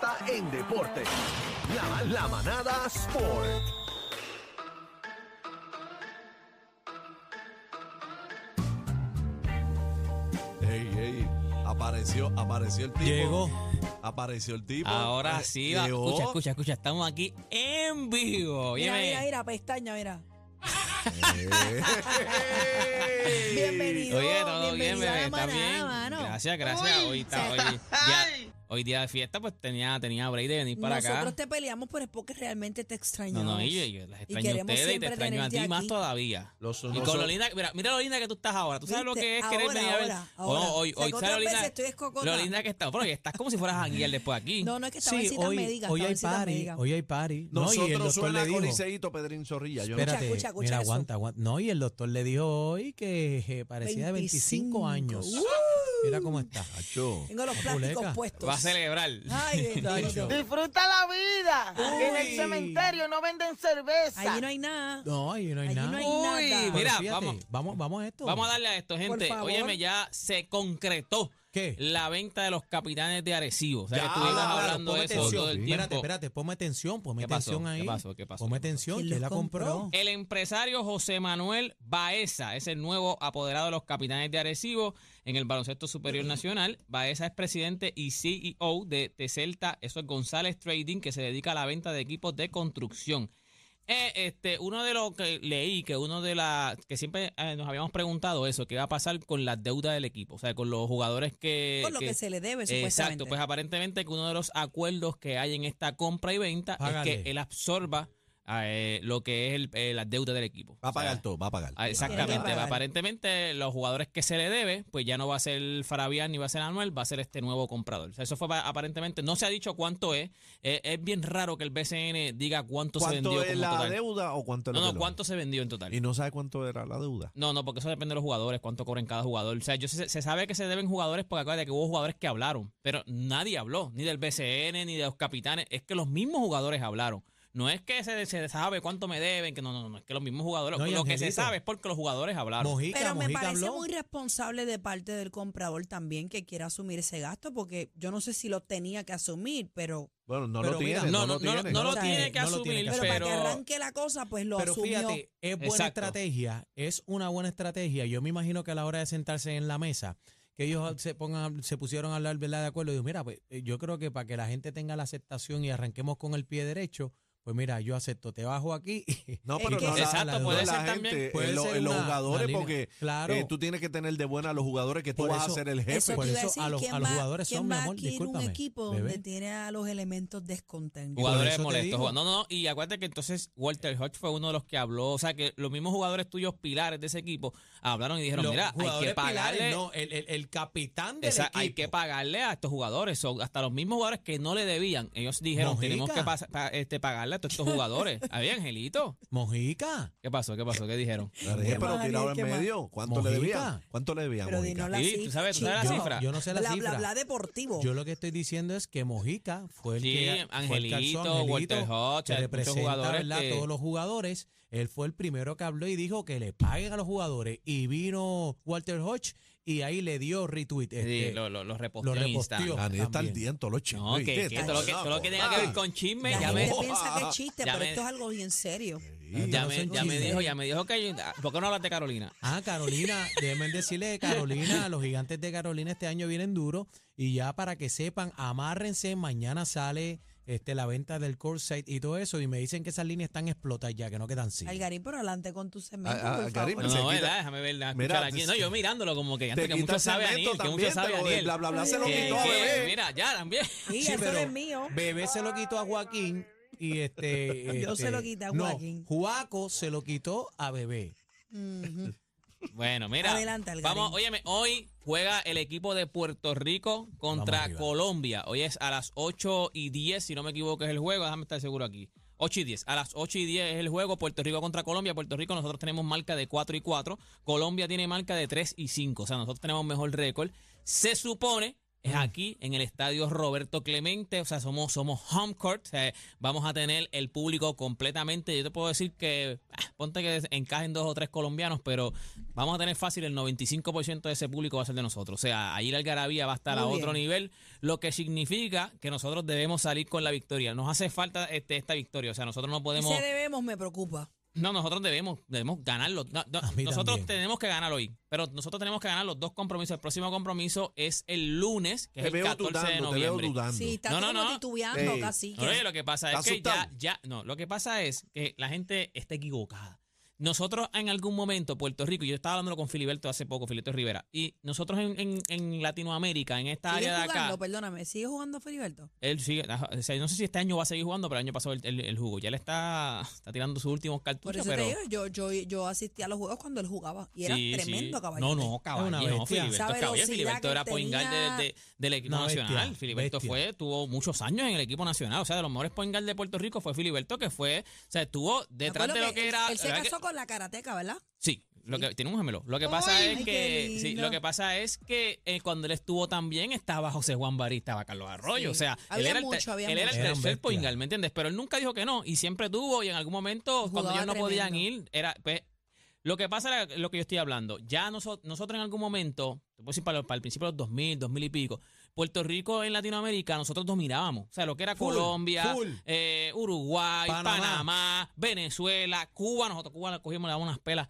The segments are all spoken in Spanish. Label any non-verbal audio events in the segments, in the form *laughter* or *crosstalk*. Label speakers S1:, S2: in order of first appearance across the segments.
S1: Está en deporte. La, la manada Sport.
S2: Ey, ey, apareció, apareció el tipo.
S3: Llegó.
S2: Apareció el tipo.
S3: Ahora
S2: Eh,
S3: sí, va.
S2: llegó.
S3: escucha, escucha, escucha, estamos aquí en vivo.
S4: Mira,
S3: Óyeme.
S4: mira, mira, pestaña, mira.
S5: Eh.
S2: Ey.
S4: *laughs* Bienvenido.
S3: Oye, todo bien,
S4: bienvenida
S3: bebé,
S4: a la
S3: está
S4: manada,
S3: bien.
S4: mano.
S3: Gracias, gracias. hoy, está, hoy, día, hoy día de fiesta, pues tenía, tenía break de venir para
S4: Nosotros
S3: acá.
S4: te peleamos, pero es porque realmente te
S3: No,
S4: extrañamos.
S3: no, y yo, yo las extraño a
S4: queremos
S3: ustedes y te
S4: siempre
S3: extraño a ti
S4: tenerte
S3: más
S4: aquí.
S3: todavía.
S2: Los-
S3: y
S2: los-
S3: con lo linda, mira, mira lo linda que tú estás ahora. Tú sabes lo
S4: ¿Viste?
S3: que es querer
S4: Ahora,
S3: venir a ver.
S4: ahora, ahora.
S3: No, hoy,
S4: O sea,
S3: hoy sabes
S4: que
S3: lo
S4: otras
S3: linda,
S4: veces estoy escocota.
S3: lo linda que estás. Bueno, y estás como si fueras a guiar después aquí.
S4: No, no, es que esta
S5: Sí,
S4: vecita
S5: hoy,
S4: me diga.
S5: hoy hay
S4: esta vecita me
S5: party,
S4: diga.
S5: hoy hay party. No, y el
S2: Nosotros
S5: doctor
S2: suena
S5: le dijo,
S2: con Liceíto Pedrín Zorrilla. Yo no-
S5: espérate,
S4: Escucha, escucha, escucha
S5: mira,
S4: eso.
S5: aguanta, aguanta. No, y el doctor le dijo hoy que eh, parecía de 25 años.
S4: ¡Uh!
S5: Mira cómo está.
S2: Chacho.
S4: Tengo los
S5: La
S4: plásticos
S5: puleca.
S4: puestos.
S3: Va a celebrar. *laughs*
S4: Ay, bendito.
S6: Disfruta la vida. En el
S5: Uy.
S6: cementerio no venden cerveza.
S4: Allí no hay nada.
S5: No, ahí no hay
S4: Allí
S5: nada. Oh,
S4: no hay
S3: Uy,
S4: nada.
S5: Pero
S3: mira,
S5: fíjate,
S3: vamos.
S5: vamos. Vamos a esto.
S3: Vamos a darle a esto, gente.
S4: favor.
S3: Óyeme, ya se concretó
S5: ¿Qué?
S3: la venta de los capitanes de Arecibo. O sea,
S2: Ya,
S3: que estuvimos
S2: claro,
S3: hablando de
S5: ponme
S3: eso
S5: atención.
S3: todo el tiempo.
S5: Espérate, espérate, ponme atención, ponme
S3: ¿Qué pasó?
S5: atención
S3: ¿Qué
S5: ahí.
S3: pasó? ¿Qué pasó? ¿Qué
S5: Ponme
S3: pasó? Eh,
S5: atención,
S4: ¿Quién
S5: ¿quién
S4: los
S5: la compró?
S3: El empresario José Manuel Baeza es el nuevo apoderado de los capitanes de Arecibo en el Baloncesto Superior Nacional. Baeza es presidente y CEO de Tecelta, eso es González Trading, que se dedica a la venta de equipos de construcción. Eh, este, uno de los que leí, que uno de las que siempre eh, nos habíamos preguntado eso, qué va a pasar con las deudas del equipo, o sea, con los jugadores eh, que...
S4: Con lo que se le debe, supuestamente.
S3: Exacto, pues aparentemente que uno de los acuerdos que hay en esta compra y venta es
S5: Págale.
S3: que él absorba eh, lo que es el, eh, las deudas del equipo.
S2: Va a
S3: O
S2: pagar
S3: sea,
S2: todo, va a pagar.
S3: ah,
S4: Tiene que
S3: Exactamente.
S4: pagar.
S3: Aparentemente, los jugadores que se le debe, pues ya no va a ser Farabián ni va a ser Anuel, va a ser este nuevo comprador. O sea, eso fue pa- aparentemente, no se ha dicho cuánto es. Eh, es bien raro que el BCN diga cuánto, se vendió
S2: ¿Cuánto es
S3: como
S2: la
S3: total.
S2: deuda o cuánto es
S3: No,
S2: lo
S3: no,
S2: que lo-
S3: cuánto se vendió en total.
S2: Y no sabe cuánto era la deuda.
S3: No, no, porque eso depende de los jugadores, cuánto cobren cada jugador. O sea, yo se, se sabe que se deben jugadores porque acuérdate que hubo jugadores que hablaron, pero nadie habló, ni del BCN, ni de los capitanes. Es que los mismos jugadores hablaron. No es que se, se sabe cuánto me deben, que no, no, no, es que los mismos jugadores.
S5: No, y
S3: lo que se
S5: Angelito.
S3: sabe es porque los jugadores hablaron.
S5: Mojica,
S4: Pero me
S5: Mojica
S4: parece
S5: habló.
S4: muy responsable de parte del comprador también que quiera asumir ese gasto, porque yo no sé si lo tenía que asumir, pero,
S2: Bueno, no
S5: Pero
S2: lo
S5: mira,
S2: tiene.
S3: no, no,
S2: lo
S3: no,
S2: tiene.
S3: no lo
S4: O sea,
S3: tiene que
S5: no lo tiene
S3: asumir,
S4: pero,
S5: que asumir.
S4: para que
S3: pero.
S4: arranque la cosa, pues lo
S5: Pero
S4: asumió.
S5: fíjate, es buena
S3: Exacto.
S5: estrategia, es una buena estrategia. Yo me imagino que a la hora de sentarse en la mesa, que ellos se pongan, se pusieron a hablar ¿verdad? de acuerdo. Y digo, mira, pues eh, yo creo que para que la gente tenga la aceptación y arranquemos con el pie derecho, pues mira, yo acepto, te bajo aquí.
S2: No,
S5: *laughs*
S4: Es
S2: pero
S4: que-
S2: no, la-
S3: Exacto,
S2: no, la
S3: puede ser
S2: gente,
S3: también-
S2: eh,
S5: puede
S2: lo-
S5: ser
S2: eh, los
S5: una-
S2: jugadores,
S5: una línea.
S2: porque
S5: Claro.
S2: eh, tú tienes que tener de buena a los jugadores que tú
S5: Por
S2: vas a
S5: eso-
S2: ser el jefe.
S4: Eso
S5: Por
S4: te iba a
S5: eso
S4: decir,
S5: a los-
S4: ¿quién
S5: a los
S4: va-
S5: jugadores
S4: quién
S5: son, mi
S4: va a
S5: amor,
S4: adquirir
S5: discúlpame,
S4: un equipo
S5: bebé.
S4: donde tiene a los elementos descontentos.
S3: Jugadores
S5: eso te
S3: molestos.
S5: digo.
S3: jugando. No, no, no. Y acuérdate que entonces Walter Hodge fue uno de los que habló. O sea, que los mismos jugadores tuyos, pilares de ese equipo, hablaron y dijeron:
S5: Los
S3: Mira, hay que
S5: jugadores
S3: pagarle.
S5: pilares, no, el, el- el capitán del
S3: Esa- hay
S5: equipo.
S3: que pagarle a estos jugadores, son hasta los mismos jugadores que no le debían. Ellos dijeron,
S5: Mojica.
S3: tenemos que pas- pa- este, pagarle a todos estos
S2: *laughs*
S3: jugadores. Había Angelito.
S5: Mojica.
S3: ¿Qué pasó? ¿Qué pasó? ¿Qué dijeron?
S2: La dejé,
S4: Bueno,
S2: pero
S4: Daniel,
S2: tirado
S4: ¿qué
S2: en
S4: más?
S2: medio. ¿Cuánto le
S5: Mojica.
S2: debía? ¿Cuánto le debía?
S4: Pero
S2: Mojica?
S4: dinos la
S3: Sí, tú
S4: cifra,
S3: sabes, tú sabes la
S4: chico.
S3: cifra.
S5: Yo no sé la
S4: Bla,
S5: cifra.
S4: Bla, bla, deportivo.
S5: Yo lo que estoy diciendo es que Mojica fue el
S3: Sí,
S5: que fue el que alzó a
S3: Angelito, Walter Hodge,
S5: que
S3: muchos
S5: representa
S3: jugadores
S5: ¿verdad?
S3: que-
S5: todos los jugadores. Él fue el primero que habló y dijo que le paguen a los jugadores. Y vino Walter Hodge y ahí le dio retweet.
S3: Sí,
S5: este,
S3: lo, lo, lo reposteó
S5: lo
S3: en
S5: reposteó.
S3: Instagram.
S2: Daniel está al
S5: También.
S2: día en todos los chismes.
S3: No, que,
S2: Ah, ¿viste? Ah.
S3: que todo lo que, todo lo que tenga que ver con chisme,
S4: la
S3: ya me,
S4: gente piensa
S3: *laughs*
S4: que es chiste,
S3: Ya
S4: pero
S3: me-
S4: esto es algo bien serio.
S3: ya me-
S5: son
S3: ya me
S5: chismes.
S3: dijo, ya me dijo que yo- ¿Por qué no hablas de Carolina?
S5: Ah, Carolina, deben decirle de Carolina, los gigantes de Carolina este año vienen duros y ya para que sepan, amárrense, mañana sale este, la venta del Corsite y todo eso, y me dicen que esas líneas están explotadas ya, que no quedan sin.
S4: Algarín, pero adelante con tu cemento,
S2: Ah, ah,
S4: por favor.
S2: Algarín,
S3: No,
S2: Se
S3: no,
S2: quita-
S3: ¿verdad? Déjame verla.
S2: Mira,
S3: escuchar aquí. No,
S2: te-
S3: yo mirándolo como que antes
S2: te
S3: que mucho
S2: quitas
S3: sabe
S2: cemento
S3: Aniel, que mucho
S2: también,
S3: sabe
S2: te lo de
S3: Aniel.
S2: bla, bla, bla, se lo
S3: Que-
S2: quitó a
S3: que-
S2: bebé.
S3: Mira, ya también.
S4: Sí, eso no es mío.
S5: Bebé se lo quitó a Joaquín y este.
S4: *laughs* Yo se
S5: este,
S4: lo quité a
S5: no,
S4: Joaquín.
S5: Juaco se lo quitó a Bebé.
S4: Ujú.
S3: Bueno, mira.
S4: Adelante, Algarín.
S3: Vamos, óyeme, hoy juega el equipo de Puerto Rico
S5: Vamos
S3: contra
S5: arriba.
S3: Colombia. Hoy es a las 8 y 10, si no me equivoco, es el juego. Déjame estar seguro aquí. 8 y 10. A las 8 y 10 es el juego Puerto Rico contra Colombia. Puerto Rico nosotros tenemos marca de 4 y 4. Colombia tiene marca de 3 y 5. O sea, nosotros tenemos mejor récord. Se supone, es aquí en el estadio Roberto Clemente. O sea, somos, somos home court. O sea, vamos a tener el público completamente. Yo te puedo decir que, ah, ponte que encajen dos o tres colombianos, pero vamos a tener fácil el 95% de ese público va a ser de nosotros. O sea, ahí la algarabía va a estar
S4: Muy
S3: a
S4: bien.
S3: otro nivel, lo que significa que nosotros debemos salir con la victoria. Nos hace falta este, esta victoria. O sea, nosotros no podemos.
S4: Ese debemos me preocupa.
S3: No, nosotros debemos, debemos ganarlo. No, no,
S5: A mí
S3: nosotros
S5: también.
S3: tenemos que ganar hoy, pero nosotros tenemos que ganar los dos compromisos. El próximo compromiso es el lunes, que
S2: Te
S3: es el
S2: veo
S3: 14 de
S2: dudando, te veo
S3: noviembre.
S2: dudando.
S4: Sí, está
S3: No, no,
S4: como
S3: no.
S4: titubeando,
S2: Ey.
S4: cacique.
S3: Oye, lo que pasa es
S2: ¿Estás
S3: que ya,
S2: asustado?
S3: ya, no, lo que pasa es que la gente está equivocada. Nosotros en algún momento, Puerto Rico, yo estaba hablando con Filiberto hace poco, Filiberto Rivera, y nosotros en, en- en Latinoamérica, en esta
S4: Sigue
S3: área de acá,
S4: jugando, pues. perdóname. Sigue jugando Feliberto.
S3: él sigue, ajá, o sea, yo no sé si este año va a seguir jugando, pero el año pasado el, el, el jugo, ya le está, está tirando sus últimos
S4: Por
S3: cartuchos,
S4: eso
S3: pero...
S4: te digo, yo, yo, yo asistí a los juegos cuando él jugaba. Y era
S3: Sí, sí.
S4: tremendo caballo.
S3: No, no, caballo,
S5: Una
S3: no,
S5: bestia.
S3: Filiberto
S4: Esa
S3: es caballo.
S4: velocidad
S3: Filiberto
S4: que
S3: era point guard
S4: tenía.
S3: de- de- del equipo
S5: Una bestia,
S3: nacional. Filiberto
S5: bestia.
S3: fue, tuvo muchos años en el equipo nacional. O sea, de los mejores point guard de Puerto Rico fue Filiberto, que fue, o sea, estuvo
S4: Me
S3: detrás de
S4: acuerdo
S3: lo que,
S4: él-
S3: era.
S4: Él, se
S3: ¿verdad que-
S4: casó con la karateca, ¿verdad?
S3: Sí, lo que tiene un gemelo. Lo que pasa
S4: Ay,
S3: es
S4: qué
S3: que sí,
S4: lindo.
S3: lo que pasa es que eh, cuando él estuvo también estaba José Juan Barí, estaba Carlos Arroyo,
S4: Sí.
S3: o sea,
S4: Había
S3: él era el,
S4: mucho,
S3: te-
S4: había
S3: él era el
S4: mucho.
S5: Eran
S3: tercer
S5: bestias.
S3: point guard, ¿me entiendes? Pero él nunca dijo que no y siempre tuvo y en algún momento cuando
S4: Jugaba
S3: ellos no podían
S4: tremendo.
S3: ir era pues, lo que pasa era lo que yo estoy hablando. Ya noso- nosotros en algún momento, te puedo decir para, lo- para el principio de los 2000, 2000 y pico, Puerto Rico en Latinoamérica nosotros dominábamos. O sea, lo que era
S5: Full,
S3: Colombia,
S5: full.
S3: eh, Uruguay,
S5: Panamá.
S3: Panamá, Venezuela, Cuba. Nosotros Cuba la cogimos, le damos unas pelas.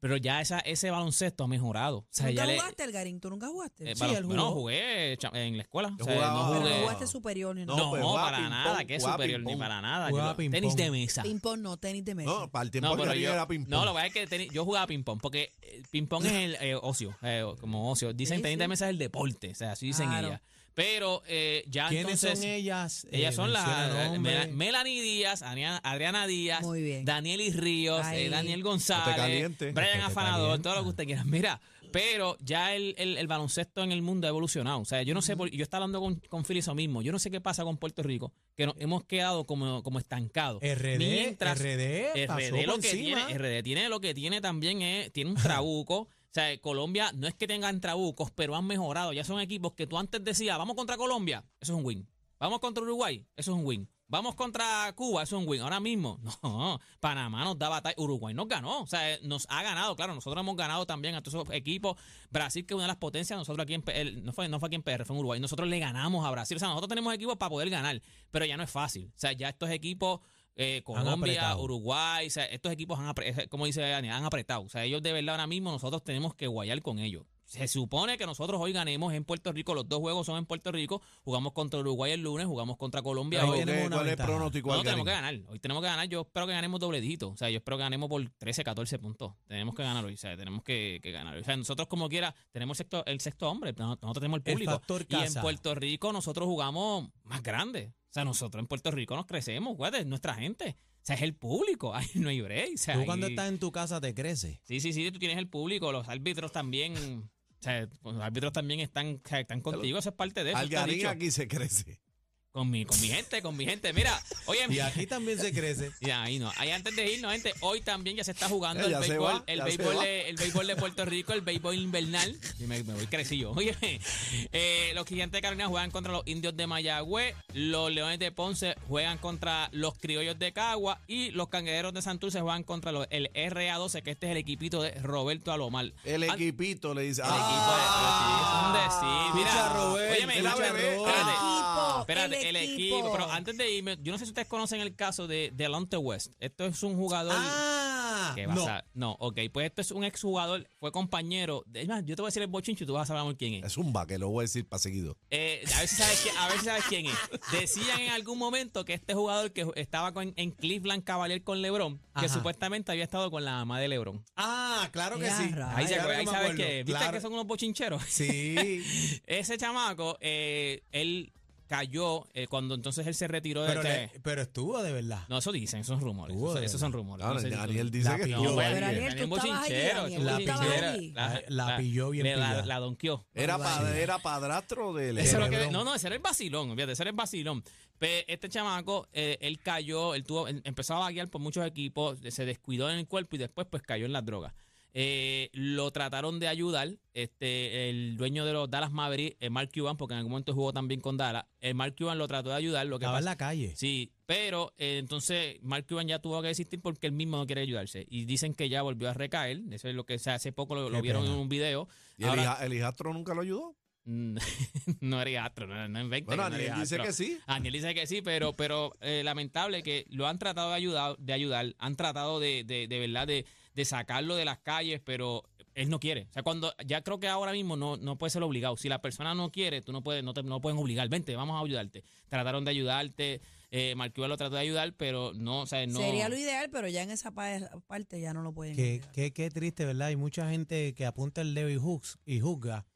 S3: Pero ya esa, ese baloncesto ha mejorado. O sea,
S4: ¿Nunca
S3: ya le-
S4: jugaste, Algarín? ¿Tú nunca jugaste?
S3: eh,
S5: Sí,
S3: balon-
S5: él jugó.
S3: no, jugué cha- en la escuela. O sea,
S2: jugaba-
S3: no
S4: Pero
S3: jugué.
S4: no jugaste superior ni
S2: No,
S4: nada.
S3: No,
S2: pues, jugaba
S3: para
S2: ping-pong,
S3: nada, que es
S2: jugaba
S3: superior, ni
S2: ping-pong.
S3: para nada.
S5: Jugaba
S3: Yo- tenis
S5: ping-pong.
S3: de mesa.
S4: Ping-pong no, tenis de mesa.
S2: No, para el tiempo
S3: No,
S2: de
S3: pero
S2: Algarín
S3: yo,
S2: era ping-pong.
S3: no, lo que pasa es que tenis- yo jugaba ping-pong, porque eh, ping-pong es el eh, ocio, eh, como ocio. Dicen
S4: Sí,
S3: tenis
S4: sí.
S3: de mesa es el deporte, o sea, así dicen
S4: Claro.
S3: ellas. Pero eh, ya
S5: ¿Quiénes
S3: entonces...
S5: son ellas? Eh,
S3: Ellas son
S5: menciona
S3: las
S5: nombres.
S3: Mela- Melanie Díaz, Adriana, Adriana Díaz,
S4: Muy bien.
S3: Daniel y Ríos,
S4: Ay.
S3: eh, Daniel
S2: No te
S3: González,
S2: calientes.
S3: Brian
S5: No te
S3: Afanador,
S5: calientes.
S3: todo lo que usted quiera. Mira, pero ya el, el- el baloncesto en el mundo ha evolucionado. O sea, yo no sé, por- yo estaba hablando con, con Phil eso mismo, yo no sé qué pasa con Puerto Rico, que nos hemos quedado como, como estancados.
S5: RD,
S3: Mientras-
S5: RD, pasó
S3: RD lo
S5: por
S3: que
S5: encima.
S3: tiene, RD tiene lo que tiene también es, tiene un
S5: *laughs*
S3: trabuco. O sea, Colombia no es que tengan trabucos, pero han mejorado. Ya son equipos que tú antes decías, vamos contra Colombia, eso es un win. Vamos contra Uruguay, eso es un win. Vamos contra Cuba, eso es un win. Ahora mismo, *laughs* no, Panamá nos da batalla, Uruguay nos ganó, o sea, eh, nos ha ganado, claro, nosotros hemos ganado también a todos esos equipos. Brasil, que es una de las potencias, nosotros aquí en P- el- no, fue, no fue aquí en PR, fue en Uruguay, nosotros le ganamos a Brasil, o sea, nosotros tenemos equipos para poder ganar, pero ya no es fácil. O sea, ya estos equipos, eh, Colombia,
S5: apretado.
S3: Uruguay. Uruguay, o sea, estos equipos han apretado, como dice Dani, han apretado. O sea, ellos de verdad ahora mismo nosotros tenemos que guayar con ellos. Se supone que nosotros hoy ganemos en Puerto Rico, los dos juegos son en Puerto Rico, jugamos contra Uruguay el lunes, jugamos contra Colombia
S5: Ahí
S3: hoy.
S5: tenemos una
S2: ¿Cuál es el
S5: ventaja.
S2: pronóstico,
S3: No, tenemos
S2: Algarín?
S3: que ganar. Hoy tenemos que ganar. Yo espero que ganemos dobledito. O sea, yo espero que ganemos por 13, 14 puntos. Tenemos que ganar hoy. O sea, tenemos que, que ganar hoy. O sea, nosotros como quiera tenemos el sexto, el sexto hombre. No- Nosotros tenemos el
S5: El
S3: público.
S5: factor
S3: y en
S5: casa.
S3: Puerto Rico nosotros jugamos más grande. O sea, nosotros en Puerto Rico nos crecemos, güey, es nuestra gente. O sea, es el público. *laughs* Ahí no hay break. O sea,
S5: Tú cuando
S3: ahí-
S5: estás en tu casa te creces.
S3: Sí, sí, sí, tú tienes el público, los árbitros también. O sea, los árbitros también están, o sea, están contigo, eso es parte de eso. está
S2: Algarín
S3: dicho.
S2: aquí se crece.
S3: Con, mi, con mi gente, con mi gente. Mira, oye,
S5: *laughs* Y aquí también se
S3: *laughs*
S5: crece.
S3: y ahí no. Ahí antes de irnos, gente, hoy también ya se está jugando
S2: Eh,
S3: el
S2: ya se
S3: béisbol,
S2: va,
S3: el
S2: ya se
S3: béisbol
S2: va.
S3: de, el béisbol de Puerto Rico, el béisbol invernal. Y me, me voy crecido. Oye, eh, los gigantes de Carolina juegan contra los indios de Mayagüez, los leones de Ponce juegan contra los criollos de Cagua y los cangrejeros de Santurce juegan contra los- el RA12, que este es el equipito de Roberto Alomar.
S2: El
S3: An-
S2: equipito le dice.
S3: el equipo de-
S2: Ah.
S3: es un decir, mira.
S5: Escucha, Robert,
S3: Óyeme,
S2: era
S3: escucha,
S2: bebé.
S3: espérate.
S2: Ah.
S3: Espérate, el, equipo. Pero antes de irme, yo no sé si ustedes conocen el caso de Delonte West. Esto es un jugador
S5: Ah,
S3: ¿Qué vas
S5: No.
S3: a- No, ok. Pues este es un exjugador, fue compañero. de- es más, yo te voy a decir el bochincho y tú vas a saber amor, quién es.
S2: Es un que lo voy a decir para seguido.
S3: Eh, a, ver si sabes quién, a ver si sabes quién
S5: *laughs*
S3: es. Decían en algún momento que este jugador que ju- estaba con- en Cleveland Cavalier con LeBron, que
S5: Ajá.
S3: supuestamente había estado con la mamá de LeBron.
S5: Ah, claro
S4: que sí.
S3: Ahí, se
S5: ya
S3: acuerda,
S5: me
S3: ahí sabes
S5: acuerdo,
S3: que, viste
S5: claro.
S3: que son unos bochincheros. *laughs*
S5: Sí,
S3: Ese chamaco, eh, él cayó eh, cuando entonces él se retiró de
S5: pero,
S3: este-
S5: le- pero estuvo de verdad.
S3: No, eso dicen, esos rumores.
S5: Estuvo
S3: Esos,
S5: de-
S3: esos son rumores.
S2: Ahora,
S3: no sé si tú-
S2: Daniel dice
S5: La
S2: que
S5: pilló,
S2: estuvo
S5: bueno,
S2: ahí.
S4: Daniel,
S3: Daniel
S4: tú estabas allí,
S3: bochinchero,
S4: Daniel,
S3: tú
S4: tú
S5: la
S4: estabas
S3: bochinchero.
S4: allí.
S3: La-
S5: La pilló bien
S3: la- La,
S5: pillada.
S3: la donqueó.
S2: Era,
S5: Ahí
S2: pa-
S5: va.
S2: era padrastro del
S3: Eso es lo que-
S2: Lebron.
S3: no, no, ese era el vacilón, fíjate, ese era el vacilón. Pe- este chamaco, eh, él cayó, él tuvo, em- empezó a vaguear por muchos equipos, se descuidó en el cuerpo y después pues cayó en las drogas. Eh, lo trataron de ayudar, este, el dueño de los Dallas Mavericks, eh, Mark Cuban, porque en algún momento jugó también con Dallas, eh, Mark Cuban lo trató de ayudar, lo que
S5: Estaba en
S3: pasa,
S5: la calle.
S3: Sí, pero eh, entonces Mark Cuban ya tuvo que desistir porque él mismo no quiere ayudarse. Y dicen que ya volvió a recaer. Eso es lo que o sea, hace poco lo, lo
S5: Qué
S3: vieron
S5: pena.
S3: en un video. *laughs*
S2: Y el,
S3: Ahora-
S2: hija- el hijastro nunca lo ayudó.
S3: Mm, no era astro, no, no inventes
S2: Bueno,
S3: que no
S2: Daniel
S3: era
S2: dice
S3: astro.
S2: que sí.
S3: Daniel dice que sí, pero, pero eh, lamentable que lo han tratado de ayudar, de ayudar han tratado de, de, de verdad de, de sacarlo de las calles, pero él no quiere. O sea, cuando ya creo que ahora mismo no, no puede ser obligado. Si la persona no quiere, tú no puedes, no te no pueden obligar. Vente, vamos a ayudarte. Trataron de ayudarte, eh, Marquíbal lo trató de ayudar, pero no, o sea, no.
S4: Sería lo ideal, pero ya en esa pa- parte ya no lo pueden.
S5: Qué,
S4: obligar.
S5: qué, qué triste, ¿verdad? Hay mucha gente que apunta el dedo y, juz- y juzga,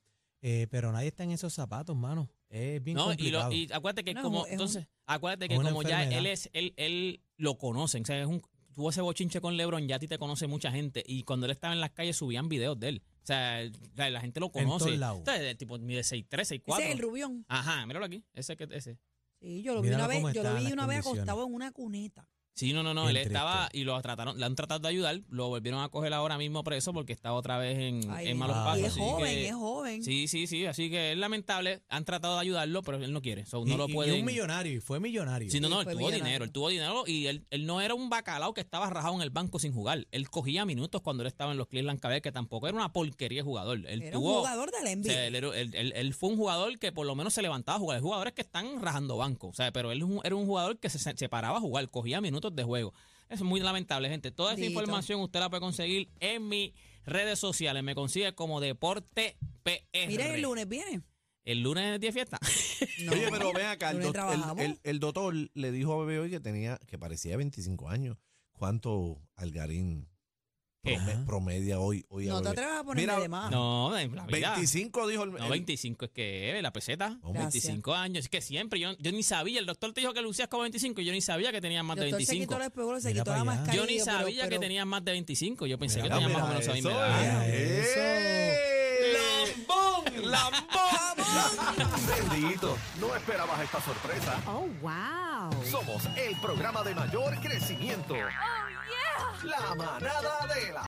S5: eh, pero nadie está en esos zapatos, mano. Es bien
S3: No, y,
S5: complicado.
S3: lo- y acuérdate que
S4: No,
S3: como
S4: es un-
S3: entonces, acuérdate que
S5: es una
S3: como ya
S5: enfermedad.
S3: él es él él lo conocen, o sea, es un tuvo ese bochinche con LeBron, ya a ti te conoce mucha gente y cuando él estaba en las calles subían videos de él. O sea, el- la, la gente lo conoce.
S5: todos lados.
S3: Entonces, el tipo mide 6'3,
S4: Ese es
S3: 6'4.
S4: el rubión.
S3: Ajá, míralo aquí, ese que ese.
S4: Sí, yo lo vi
S5: Míralo
S4: una vez,
S5: cómo
S4: yo lo
S5: está,
S4: vi
S5: las
S4: una vez
S5: condiciones.
S4: acostado en una cuneta.
S3: Sí, no, no, no,
S5: Bien
S3: él
S5: triste.
S3: estaba y lo trataron, le han tratado de ayudar, lo volvieron a coger ahora mismo preso porque está otra vez Mm, en,
S4: Ay,
S3: en malos
S4: y
S5: Dios.
S3: pasos.
S4: es
S3: así
S4: joven,
S3: que-
S4: es joven.
S3: Sí, sí, sí, así que es lamentable, han tratado de ayudarlo, pero él no quiere, so, no
S5: Y-
S3: lo
S5: y- y
S3: pueden
S5: un millonario, y fue millonario.
S3: Sí, no,
S4: Sí,
S3: no, él
S4: fue
S3: tuvo
S4: millonario.
S3: dinero, él tuvo dinero y él, él no era un bacalao que estaba rajado en el banco sin jugar. Él cogía minutos cuando él estaba en los Cleveland Cavaliers, que tampoco era una porquería de jugador. Él
S4: Era un
S3: tuvo.
S4: jugador de la
S3: o
S4: NBA.
S3: sea, él, era- él- él- él fue un jugador que por lo menos se levantaba a jugar. Hay jugadores que están rajando banco. O sea, pero él es un- era un jugador que se, se paraba a jugar, cogía minutos de juego. Eso es muy lamentable, gente. Toda esa
S4: Dito.
S3: información usted la puede conseguir en mis redes sociales. Me consigue como Deporte PR.
S4: Mira, el lunes viene.
S3: El lunes es día de fiesta. *laughs*
S4: No.
S2: Oye, pero ven acá, el,
S4: Lunes
S2: doc- el-
S4: trabajamos.
S2: el- el doctor le dijo a Bebé hoy que tenía, que parecía 25 años. ¿Cuánto Algarín
S3: ¿Qué?
S2: prome- promedia hoy? hoy a
S4: No te
S2: Bebé?
S4: atrevas a ponerme
S2: Mira,
S4: de más.
S3: No, en la vida.
S2: 25 dijo el,
S3: No,
S2: el-
S3: 25 es que eh, la peseta.
S2: Oh,
S4: Gracias.
S3: 25 años. Es que siempre, yo, yo ni sabía. El doctor te dijo que lucías como 25. Yo ni sabía que tenías más
S4: El
S3: de
S4: doctor se
S3: 25.
S4: quitó el espejuelo, se
S5: Mira
S4: quitó
S5: pa'
S4: la
S5: allá.
S4: mascarilla.
S3: Yo ni
S4: pero-
S3: sabía que
S4: pero-
S3: tenías más de 25. Yo pensé
S2: Mira,
S3: que tenía
S2: mira
S3: más o menos esa
S2: eso,
S3: misma edad.
S2: eh.
S5: Eso.
S3: ¡Lambón! ¡Lambón!
S1: *laughs* Bendito, no esperabas esta sorpresa.
S7: Oh, wow. Oh,
S1: Somos el programa de mayor crecimiento. La manada de la